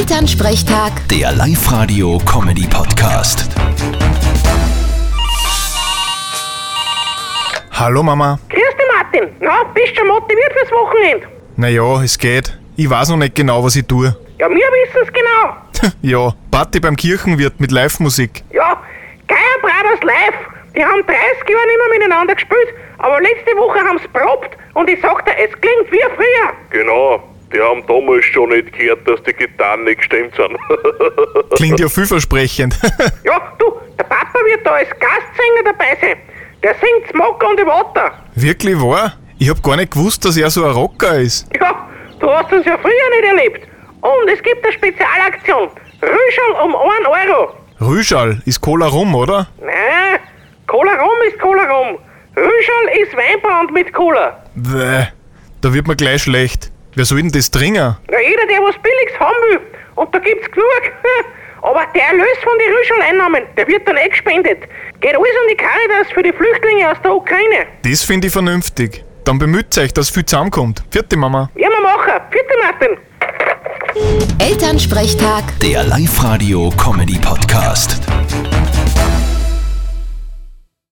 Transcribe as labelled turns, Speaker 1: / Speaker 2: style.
Speaker 1: Elternsprechtag,
Speaker 2: Der Live-Radio-Comedy-Podcast.
Speaker 3: Hallo Mama.
Speaker 4: Grüß dich, Martin. Na, bist schon motiviert fürs Wochenende?
Speaker 3: Naja, es geht. Ich weiß noch nicht genau, was ich tue.
Speaker 4: Ja, wir wissen's genau.
Speaker 3: ja, Party beim Kirchenwirt mit Live-Musik.
Speaker 4: Ja, Geier Brothers Live. Die haben 30 Jahre nicht mehr miteinander gespielt, aber letzte Woche haben's probt und ich sag dir, es klingt wie früher.
Speaker 5: Genau, die haben damals schon nicht gehört, dass die Gitarren nicht gestimmt sind.
Speaker 3: Klingt ja vielversprechend.
Speaker 4: Ja, du, der Papa wird da als Gastsänger dabei sein. Der singt Smoke on the Water.
Speaker 3: Wirklich wahr? Ich hab gar nicht gewusst, dass er so ein Rocker ist.
Speaker 4: Ja, du hast uns ja früher nicht erlebt. Und es gibt eine Spezialaktion. Rüschel um 1 Euro.
Speaker 3: Rüschal ist Cola rum, oder?
Speaker 4: Nein, Cola Rum ist Cola Rum. Rüschel ist Weinbrand mit Cola.
Speaker 3: Bäh, da wird mir gleich schlecht. Wer soll denn das trinken?
Speaker 4: Na, jeder, der was Billiges haben will, und da gibt's genug. Aber der Erlös von den Rüschel-Einnahmen, der wird dann eh gespendet. Geht alles an die Caritas für die Flüchtlinge aus der Ukraine.
Speaker 3: Das finde ich vernünftig. Dann bemüht euch, dass viel zusammenkommt. Vierte Mama.
Speaker 4: Werden wir machen. Vierte Martin.
Speaker 1: Elternsprechtag.
Speaker 2: Der Live-Radio-Comedy-Podcast.